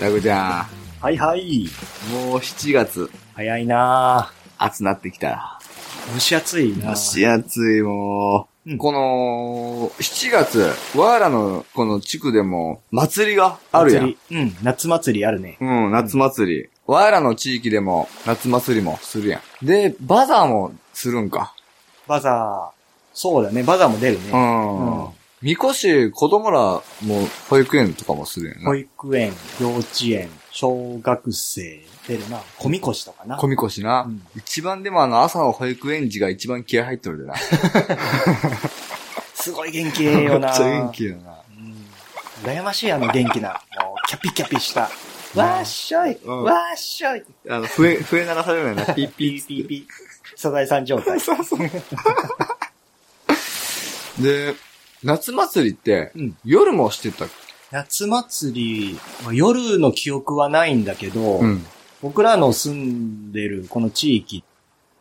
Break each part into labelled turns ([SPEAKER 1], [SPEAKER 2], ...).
[SPEAKER 1] ラグちゃ
[SPEAKER 2] はいはい。
[SPEAKER 1] ん、もう7月、
[SPEAKER 2] 早いな
[SPEAKER 1] 暑なってきた。
[SPEAKER 2] ぁ。蒸し暑いな
[SPEAKER 1] 蒸し暑い、もう。
[SPEAKER 2] うん
[SPEAKER 1] この、7月、わらの、この地区でも、祭りがあるやん。
[SPEAKER 2] 祭りうん、夏祭りあるね。
[SPEAKER 1] うん、夏祭り。わらの地域でも、夏祭りもするやん。で、バザーもするんか。
[SPEAKER 2] バザー、そうだね、バザーも出る
[SPEAKER 1] う
[SPEAKER 2] ね。
[SPEAKER 1] ん。
[SPEAKER 2] うん
[SPEAKER 1] みこし、子供らも、保育園とかもするやんな
[SPEAKER 2] 保。育園、幼稚園、小学生、出るな。コミコシとかな。
[SPEAKER 1] こみこしな。
[SPEAKER 2] うん
[SPEAKER 1] 一番でもあの、朝の保育園児が一番気合入っとるでな。
[SPEAKER 2] すごい元気よ
[SPEAKER 1] め
[SPEAKER 2] な
[SPEAKER 1] っちゃ元気やな。
[SPEAKER 2] うん。羨ましい、あの元気な。もう、キャピキャピした。わーっしょい、
[SPEAKER 1] うん
[SPEAKER 2] わーっしょい。
[SPEAKER 1] あの、笛、笛鳴らされるよ な、ピッ
[SPEAKER 2] ピーピーピー。サザエさん状態。
[SPEAKER 1] で、夏祭りって、
[SPEAKER 2] うん
[SPEAKER 1] 夜もしてたっ
[SPEAKER 2] 夏祭りは夜の記憶はないんだけど、
[SPEAKER 1] けん。
[SPEAKER 2] 僕らの住んでるこの地域、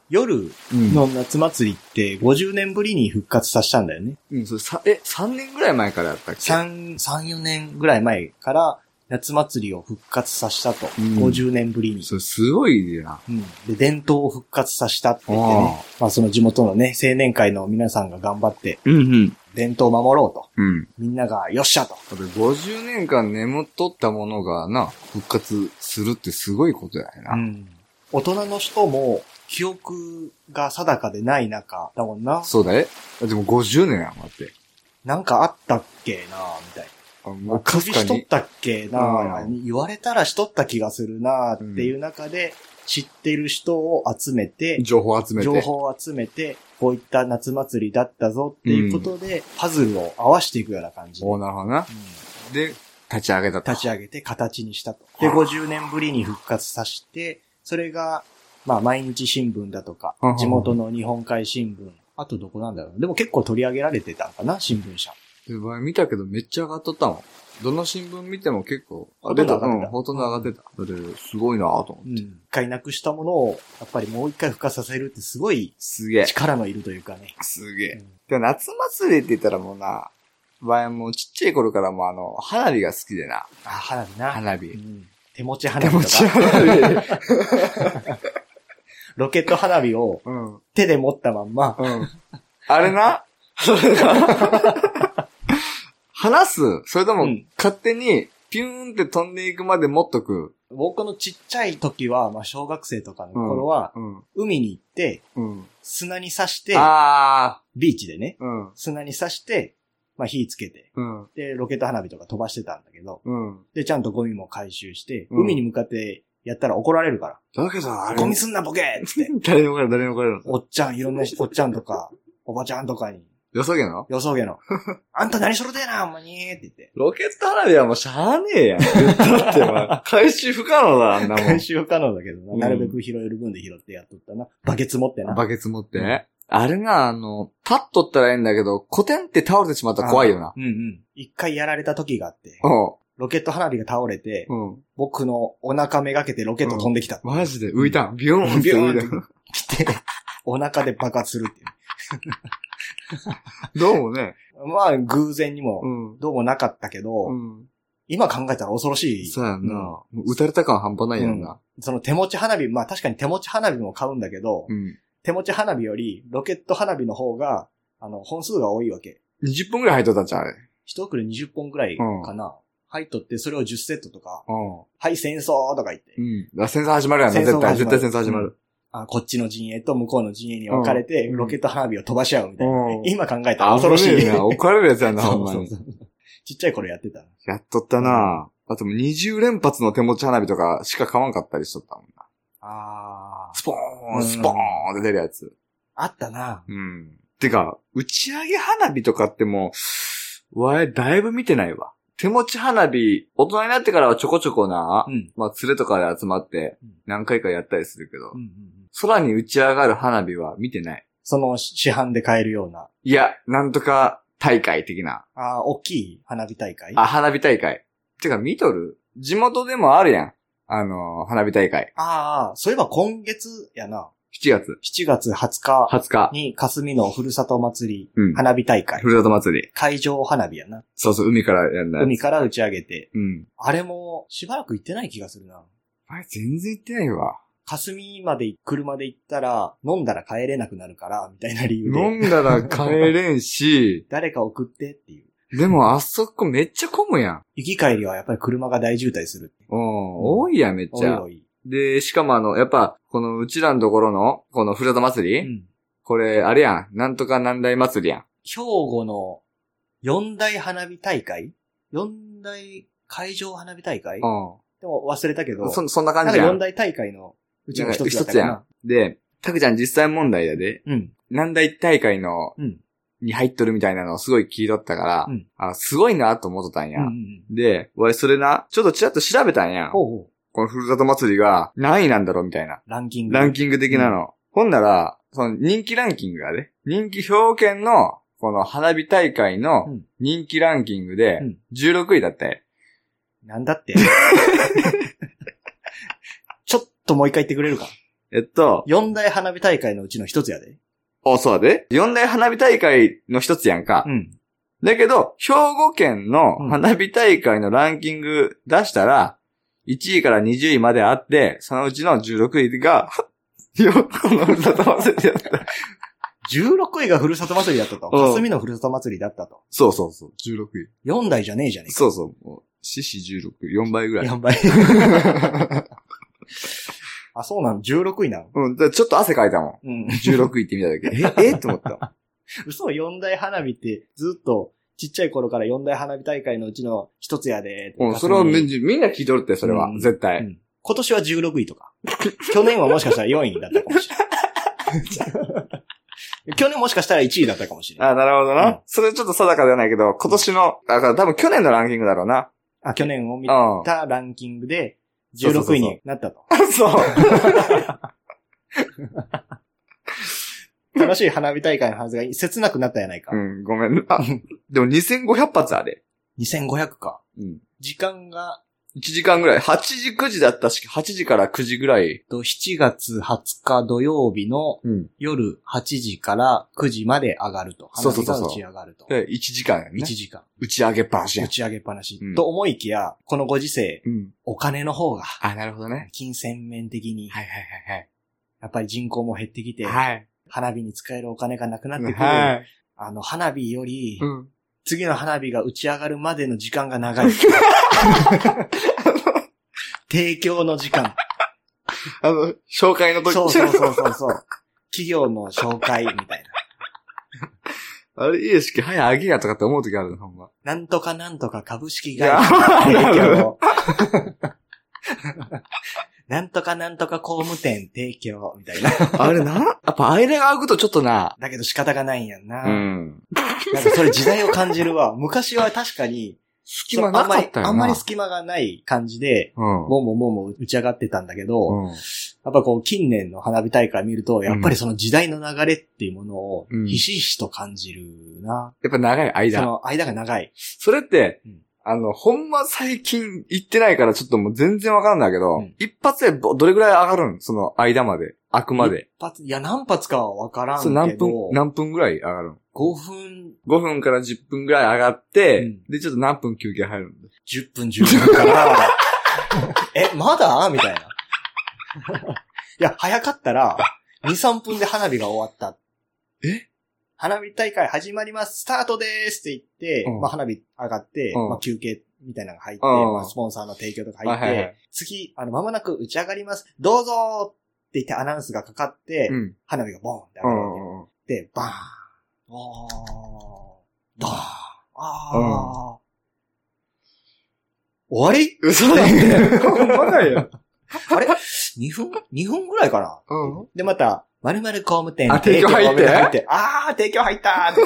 [SPEAKER 2] 夜
[SPEAKER 1] うん。
[SPEAKER 2] の夏祭りって50年ぶりに復活させたんだよね。
[SPEAKER 1] うん、それさ、え、3年ぐらい前からやったっけ
[SPEAKER 2] 3、3、4年ぐらい前から夏祭りを復活させたと。
[SPEAKER 1] うん
[SPEAKER 2] 50年ぶりに。
[SPEAKER 1] それすごいな。
[SPEAKER 2] うん。で、伝統を復活させたって言ってね。まあその地元のね、青年会の皆さんが頑張って、
[SPEAKER 1] うんうん。
[SPEAKER 2] 伝統を守ろうと。
[SPEAKER 1] うん。
[SPEAKER 2] みんなが、よっしゃと。
[SPEAKER 1] だって50年間眠っとったものがな、復活するってすごいことやな。
[SPEAKER 2] うん。大人の人も、記憶が定かでない中、だもんな。
[SPEAKER 1] そうだえだってもう50年やん、待って。
[SPEAKER 2] なんかあったっけなみたい
[SPEAKER 1] あ
[SPEAKER 2] な。
[SPEAKER 1] もうか
[SPEAKER 2] 旅
[SPEAKER 1] すか
[SPEAKER 2] しとっ
[SPEAKER 1] に。
[SPEAKER 2] たっけな、
[SPEAKER 1] うん
[SPEAKER 2] 言われたらしとった気がするなっていう中で、知ってる人を集めて、
[SPEAKER 1] 情報集めて。
[SPEAKER 2] 情報を集めて、こういった夏祭りだったぞっていうことで、パズルを合わしていくような感じで、
[SPEAKER 1] おーなるほどな
[SPEAKER 2] う。ん
[SPEAKER 1] で、立ち上げたと。
[SPEAKER 2] 立ち上げて形にしたと。で、50年ぶりに復活させて、それが、まあ、毎日新聞だとか
[SPEAKER 1] うんうんうん、
[SPEAKER 2] 地元の日本海新聞、あとどこなんだろう。でも結構取り上げられてたんかな、新聞社。
[SPEAKER 1] で、前見たけどめっちゃ上がっとったもん。どの新聞見ても結構、
[SPEAKER 2] ほとんど上が
[SPEAKER 1] う
[SPEAKER 2] って
[SPEAKER 1] ん、
[SPEAKER 2] た
[SPEAKER 1] ほとんど上がってた。それ、すごいなぁと思って。
[SPEAKER 2] うん。一回なくしたものを、やっぱりもう一回復活させるってすごい
[SPEAKER 1] すげえ。
[SPEAKER 2] 力のいるというかね。
[SPEAKER 1] すげえ。でも夏祭りって言ったらもうな、前もうちっちゃい頃からもうあの、花火が好きでな。
[SPEAKER 2] あ、花火な。
[SPEAKER 1] 花
[SPEAKER 2] う
[SPEAKER 1] 火。
[SPEAKER 2] ん手持ち
[SPEAKER 1] 手
[SPEAKER 2] 花
[SPEAKER 1] 持
[SPEAKER 2] 火
[SPEAKER 1] ち
[SPEAKER 2] とか、
[SPEAKER 1] 花火。
[SPEAKER 2] ロケット花火を
[SPEAKER 1] うん。うん。
[SPEAKER 2] 手で持ったまんま、
[SPEAKER 1] あれな、それな話すそれとも
[SPEAKER 2] うん
[SPEAKER 1] 勝手にピューンって飛んでいくまで持っとく。
[SPEAKER 2] 僕のちっちゃい時は、まあ小学生とかの頃は、
[SPEAKER 1] うん。
[SPEAKER 2] 海に行って、
[SPEAKER 1] うん。
[SPEAKER 2] 砂に刺して、
[SPEAKER 1] ああ。
[SPEAKER 2] ビーチでね、
[SPEAKER 1] うん。
[SPEAKER 2] 砂に刺して、まあ火つけて、
[SPEAKER 1] うん。
[SPEAKER 2] で、ロケット花火とか飛ばしてたんだけど、
[SPEAKER 1] うん。
[SPEAKER 2] で、ちゃんとゴミも回収して、
[SPEAKER 1] うん
[SPEAKER 2] 海に向かってやったら怒られるか
[SPEAKER 1] だけどあ
[SPEAKER 2] ら、
[SPEAKER 1] れ。
[SPEAKER 2] ゴミすんなボケー っつって、
[SPEAKER 1] 誰にも怒られる、誰にも怒られる。
[SPEAKER 2] おっちゃん、いろんな人おっちゃんとか、おばちゃんとかに、
[SPEAKER 1] よそげな
[SPEAKER 2] よそ げの、あんた何しろてえな、ほんまにーって言って、
[SPEAKER 1] ロケット花火はもうしゃあねえやん。だってお前、回収不可能だ、あんなもん
[SPEAKER 2] 回。収不可能だけどな、
[SPEAKER 1] うん
[SPEAKER 2] なるべく拾える分で拾ってやっとったな。バケツ持ってな。
[SPEAKER 1] バケツ持って。あれな、あの、立っとったらええんだけど、コテンって倒れてしまったら怖いよな。
[SPEAKER 2] うんうん。一回やられた時があって、
[SPEAKER 1] う
[SPEAKER 2] ロケット花火が倒れて、
[SPEAKER 1] ん。うん。
[SPEAKER 2] 僕のお腹めがけてロケット飛んできた。
[SPEAKER 1] マジで浮いたん。ビヨーンって
[SPEAKER 2] ビヨ
[SPEAKER 1] 浮
[SPEAKER 2] ーン
[SPEAKER 1] い
[SPEAKER 2] って
[SPEAKER 1] たん。
[SPEAKER 2] 来て、お腹で爆発するってい
[SPEAKER 1] どうもね。
[SPEAKER 2] う。まあ、偶然にも
[SPEAKER 1] う、ん。
[SPEAKER 2] どうもなかったけど、
[SPEAKER 1] うん。
[SPEAKER 2] 今考えたら恐ろしい。
[SPEAKER 1] そうやんな。
[SPEAKER 2] うん
[SPEAKER 1] もう撃たれた感半端ないやんな。
[SPEAKER 2] その手持ち花火、まあ確かに手持ち花火も買うんだけど、
[SPEAKER 1] うん。
[SPEAKER 2] 手持ち花火よりロケット花火の方が、あの、本数が多いわけ。
[SPEAKER 1] 20分くらい入っとったんちゃうあれ。
[SPEAKER 2] 一送り20本ぐらいかな。入っとって、それを10セットとか、
[SPEAKER 1] う
[SPEAKER 2] はい、戦争とか言って、
[SPEAKER 1] ん。うん。だから戦争始まるやんな、
[SPEAKER 2] 戦
[SPEAKER 1] 絶
[SPEAKER 2] 争が
[SPEAKER 1] 対。
[SPEAKER 2] 始
[SPEAKER 1] 絶
[SPEAKER 2] ま
[SPEAKER 1] 対
[SPEAKER 2] る
[SPEAKER 1] 戦争始まる。
[SPEAKER 2] あこっちの陣営と向こうの陣営に分かれて、
[SPEAKER 1] うん
[SPEAKER 2] ロケット花火を飛ばし合うみたいな。
[SPEAKER 1] うん
[SPEAKER 2] 今考えたら
[SPEAKER 1] あ、
[SPEAKER 2] 恐ろしい。
[SPEAKER 1] な。怒られるやつやんな、
[SPEAKER 2] そ
[SPEAKER 1] ほん
[SPEAKER 2] う
[SPEAKER 1] ま
[SPEAKER 2] そ
[SPEAKER 1] に
[SPEAKER 2] う。そうちっちゃい頃やってた。
[SPEAKER 1] やっとったなぁ。あともう20連発の手持ち花火とかしか買わんかったりしとったもんな。
[SPEAKER 2] ああ。
[SPEAKER 1] スポー
[SPEAKER 2] う
[SPEAKER 1] ン、
[SPEAKER 2] ん
[SPEAKER 1] スポーンって出るやつ。
[SPEAKER 2] あったな。
[SPEAKER 1] うん。てか、打ち上げ花火とかってもう、わえ、だいぶ見てないわ。手持ち花火、大人になってからはちょこちょこな、
[SPEAKER 2] うん。
[SPEAKER 1] まあ、連れとかで集まって
[SPEAKER 2] うん、
[SPEAKER 1] 何回かやったりするけど、
[SPEAKER 2] うんうんうん
[SPEAKER 1] 空に打ち上がる花火は見てない。
[SPEAKER 2] その市販で買えるような、
[SPEAKER 1] いや、なんとか大会的な。
[SPEAKER 2] ああ、大きい花火大会
[SPEAKER 1] あ、花火大会。てか、見とる地元でもあるやん。あのー花火大会。
[SPEAKER 2] ああ、そういえば今月やな。
[SPEAKER 1] 7月
[SPEAKER 2] 7月20日
[SPEAKER 1] 20日、
[SPEAKER 2] に霞のふるさと祭
[SPEAKER 1] う
[SPEAKER 2] り
[SPEAKER 1] ん
[SPEAKER 2] 花火大会
[SPEAKER 1] ふ。るさと祭り。
[SPEAKER 2] 海上花火やな。
[SPEAKER 1] そうそう、海からやんない。
[SPEAKER 2] 海から打ち上げて。
[SPEAKER 1] うん。
[SPEAKER 2] あれも、しばらく行ってない気がするな。
[SPEAKER 1] あれ、全然行ってないわ。
[SPEAKER 2] 霞まで車で行ったら、飲んだら帰れなくなるから、みたいな理由で、
[SPEAKER 1] 飲んだら帰れんし、
[SPEAKER 2] 誰か送ってっていう。
[SPEAKER 1] でもあそこめっちゃ混むやん。
[SPEAKER 2] 行き帰りはやっぱり車が大渋滞するって。
[SPEAKER 1] うん、多いやん、めっ
[SPEAKER 2] お
[SPEAKER 1] ち
[SPEAKER 2] い
[SPEAKER 1] ゃ
[SPEAKER 2] お。い。
[SPEAKER 1] で、しかもあの、やっぱ、このうちらのところの、このふるさと祭り、
[SPEAKER 2] うん
[SPEAKER 1] これ、あれやん。なんとかなんだい祭りやん。
[SPEAKER 2] 兵庫の四大花火大会四大海上花火大会
[SPEAKER 1] う
[SPEAKER 2] でも忘れたけど、
[SPEAKER 1] ん。そ、そんな
[SPEAKER 2] なん
[SPEAKER 1] 感
[SPEAKER 2] か
[SPEAKER 1] じや
[SPEAKER 2] 四
[SPEAKER 1] ん。
[SPEAKER 2] 大大会のうちの
[SPEAKER 1] なん
[SPEAKER 2] 一
[SPEAKER 1] か
[SPEAKER 2] つだったかな。
[SPEAKER 1] で、たくちゃん実際問題やで、
[SPEAKER 2] うん。
[SPEAKER 1] 南大大会の、
[SPEAKER 2] うん
[SPEAKER 1] に入っとるみたいなのをすごい聞いとったから、
[SPEAKER 2] うん
[SPEAKER 1] あ、すごいなと思っとったん
[SPEAKER 2] う
[SPEAKER 1] や。
[SPEAKER 2] んうんうん。
[SPEAKER 1] で、俺それな、ちょっとちらっと調べたんや。
[SPEAKER 2] ほう
[SPEAKER 1] こ
[SPEAKER 2] ほう。
[SPEAKER 1] のふるさと祭りが何位なんだろうみたいな。
[SPEAKER 2] ランキング。
[SPEAKER 1] ランキング的なの。ほんなら、その人気ランキングがね、人気表現の、この花火大会
[SPEAKER 2] う
[SPEAKER 1] の
[SPEAKER 2] ん
[SPEAKER 1] 人気ランキングで
[SPEAKER 2] うん、
[SPEAKER 1] 16位だったよ。
[SPEAKER 2] なんだって ちょっともう一回言ってくれるか。
[SPEAKER 1] えっと、
[SPEAKER 2] 四大花火大会のうちの一つやで。
[SPEAKER 1] あ、そうだで。四大花火大会の一つやんか。
[SPEAKER 2] うん。
[SPEAKER 1] だけど、兵庫県の花火大会のランキング出したら、1位から20位まであって、そのうちの16位が、 よ、このふるさと祭りだった。
[SPEAKER 2] 16位がふるさと祭りだったと。
[SPEAKER 1] うん
[SPEAKER 2] 霞のふるさと祭りだったと。
[SPEAKER 1] そうそうそう、16位。
[SPEAKER 2] 4代じゃねえじゃねえか。
[SPEAKER 1] そうそう、もう、四死16、4倍ぐらい。
[SPEAKER 2] やばい。 あ、そうなの ?16 位なの
[SPEAKER 1] うん、だからちょっと汗かいた もん。
[SPEAKER 2] うん。
[SPEAKER 1] 16位って見ただけ。え、えって思 った。
[SPEAKER 2] 嘘、四大花火ってずっとちっちゃい頃から四大花火大会のうちの一つやで。
[SPEAKER 1] うん、それをみ
[SPEAKER 2] 霞
[SPEAKER 1] みんな聞いとるって、それは
[SPEAKER 2] う。ん
[SPEAKER 1] 絶
[SPEAKER 2] う
[SPEAKER 1] 対。
[SPEAKER 2] ん今年は16位とか。 去年はもしかしたら4位だったかもしれない。 去年もしかしたら1位だったかもしれない。
[SPEAKER 1] あ、なるほどな。
[SPEAKER 2] うん
[SPEAKER 1] それちょっと定かではないけど、今年の、だから多分去年のランキングだろうな。
[SPEAKER 2] あ、去年を見
[SPEAKER 1] うん。
[SPEAKER 2] たランキングで
[SPEAKER 1] そうそうそうそう
[SPEAKER 2] 16位になったと。
[SPEAKER 1] そう。
[SPEAKER 2] 楽しい花火大会のはずが切なくなったやないか
[SPEAKER 1] う。ん、ごめん な。でも2500発あれ。
[SPEAKER 2] 2500か。
[SPEAKER 1] うん。
[SPEAKER 2] 時間が、
[SPEAKER 1] 1時間ぐらい。8時、9時だったし、8時から9時ぐらい
[SPEAKER 2] えっ。と7月20日土曜日の
[SPEAKER 1] うん。
[SPEAKER 2] 夜8時から9時まで上がると。
[SPEAKER 1] そ
[SPEAKER 2] 花
[SPEAKER 1] うそ
[SPEAKER 2] 火
[SPEAKER 1] うそう
[SPEAKER 2] が
[SPEAKER 1] そう
[SPEAKER 2] 打ち上がると。
[SPEAKER 1] で、1時間やね
[SPEAKER 2] 1。時間。
[SPEAKER 1] 打ち上げっぱなしや
[SPEAKER 2] 打
[SPEAKER 1] ん。
[SPEAKER 2] ち上げっぱなし
[SPEAKER 1] うん。
[SPEAKER 2] と思いきや、このご時世、
[SPEAKER 1] うん。
[SPEAKER 2] お金の方が、
[SPEAKER 1] あ、なるほどね。
[SPEAKER 2] 金銭面的に、
[SPEAKER 1] はいはいはい
[SPEAKER 2] やっぱり人口も減ってきて、
[SPEAKER 1] はい。はい。
[SPEAKER 2] 花火に使えるお金がなくなってくる。
[SPEAKER 1] はい。
[SPEAKER 2] あの、花火より、
[SPEAKER 1] うん。
[SPEAKER 2] 次の花火が打ち上がるまでの時間が長 い。提供の時 間。
[SPEAKER 1] あの、紹介の時。
[SPEAKER 2] そうそうそうそうそう。企業の紹介みたいな。
[SPEAKER 1] あれ、いいしき、早あげやとかって思う時あるの、ほんま。
[SPEAKER 2] なんとかなんとか株式
[SPEAKER 1] いや
[SPEAKER 2] 会社 提供。なんとかなんとか工務店提供みたいな。
[SPEAKER 1] あれな、やっぱ間が空くとちょっとな。
[SPEAKER 2] だけど仕方がないんやんな。
[SPEAKER 1] ん。
[SPEAKER 2] なんかそれ時代を感じるわ。昔は確かに、
[SPEAKER 1] 隙間なかったよな。
[SPEAKER 2] あんまり、あんまり隙間がない感じで、
[SPEAKER 1] うん。
[SPEAKER 2] もうもうもうもう打ち上がってたんだけど、
[SPEAKER 1] うん。
[SPEAKER 2] やっぱこう近年の花火大会見ると、やっぱりその時代の流れっていうものを
[SPEAKER 1] うん
[SPEAKER 2] ひしひしと感じるな。
[SPEAKER 1] やっぱ長い
[SPEAKER 2] そ
[SPEAKER 1] 間。
[SPEAKER 2] の間が長い。
[SPEAKER 1] それって
[SPEAKER 2] うん、
[SPEAKER 1] あの、ほんま最近行ってないからちょっともう全然わかんないけど
[SPEAKER 2] うん、
[SPEAKER 1] 一発でぼどれぐらい上がるんその間まで。あくまで。
[SPEAKER 2] 一発、いや何発かはわからんけ
[SPEAKER 1] そう
[SPEAKER 2] ど、
[SPEAKER 1] 何分、何分ぐらい上がるん
[SPEAKER 2] 5分、
[SPEAKER 1] ?5 分から10分ぐらい上がって、
[SPEAKER 2] うん
[SPEAKER 1] で、ちょっと何分休憩入るんだ。
[SPEAKER 2] 10分、10分 から、え、まだみたいな。いや、早かったら、2、3分で花火が終わった。
[SPEAKER 1] え
[SPEAKER 2] 花火大会始まります、スタートですって言って、
[SPEAKER 1] うん
[SPEAKER 2] まあ花火上がって、
[SPEAKER 1] うん
[SPEAKER 2] まあ休憩みたいなのが入って、
[SPEAKER 1] うん
[SPEAKER 2] まあスポンサーの提供とか入って、
[SPEAKER 1] はいはいはい
[SPEAKER 2] 次、あの、間もなく打ち上がります、どうぞーって言ってアナウンスがかかって、
[SPEAKER 1] うん。
[SPEAKER 2] 花火がボーンって上
[SPEAKER 1] う
[SPEAKER 2] がる
[SPEAKER 1] ん
[SPEAKER 2] わ
[SPEAKER 1] う んうん。
[SPEAKER 2] けで、バーン。おー、ドーン。あー。終わり
[SPEAKER 1] 嘘だって。ほんまだよ。
[SPEAKER 2] あれ ?2 分 ?2 分ぐらいかな、
[SPEAKER 1] うん
[SPEAKER 2] で、また、〇〇工務店。
[SPEAKER 1] あ提供入って
[SPEAKER 2] 提入って。あー、提供入ったーって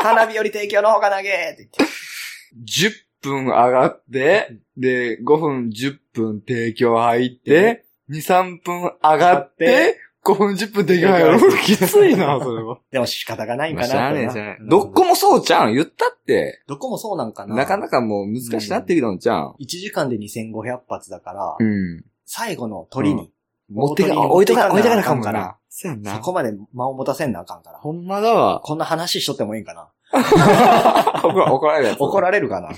[SPEAKER 2] 花火より提供の方が投げーって言って。
[SPEAKER 1] 10分上がって、で、5分10分提供入って、2、3分上がって、5分10分提供入る。 きつい な、それは。
[SPEAKER 2] でも仕方がないんかな
[SPEAKER 1] しゃあねえ
[SPEAKER 2] と
[SPEAKER 1] しゃあねえ
[SPEAKER 2] うん
[SPEAKER 1] どこもそうじゃん言ったって、
[SPEAKER 2] どこもそうなんかな
[SPEAKER 1] なかなかもう難しくなってきたんじゃん。
[SPEAKER 2] 1時間で2500発だから、
[SPEAKER 1] うん。
[SPEAKER 2] 最後の鳥に、持ってか、
[SPEAKER 1] 元に
[SPEAKER 2] 置いとか、
[SPEAKER 1] 持
[SPEAKER 2] 置
[SPEAKER 1] っ
[SPEAKER 2] いとか
[SPEAKER 1] なあ
[SPEAKER 2] なあ
[SPEAKER 1] か
[SPEAKER 2] か
[SPEAKER 1] ん
[SPEAKER 2] ん
[SPEAKER 1] か
[SPEAKER 2] か
[SPEAKER 1] な
[SPEAKER 2] な。。
[SPEAKER 1] そうやん
[SPEAKER 2] そ
[SPEAKER 1] な。
[SPEAKER 2] こまで間を持たせんなあかんから。
[SPEAKER 1] ほんまだわ。
[SPEAKER 2] こんな話しとってもいいんかな。
[SPEAKER 1] 怒ら 怒られるやつ。
[SPEAKER 2] 怒られるか な。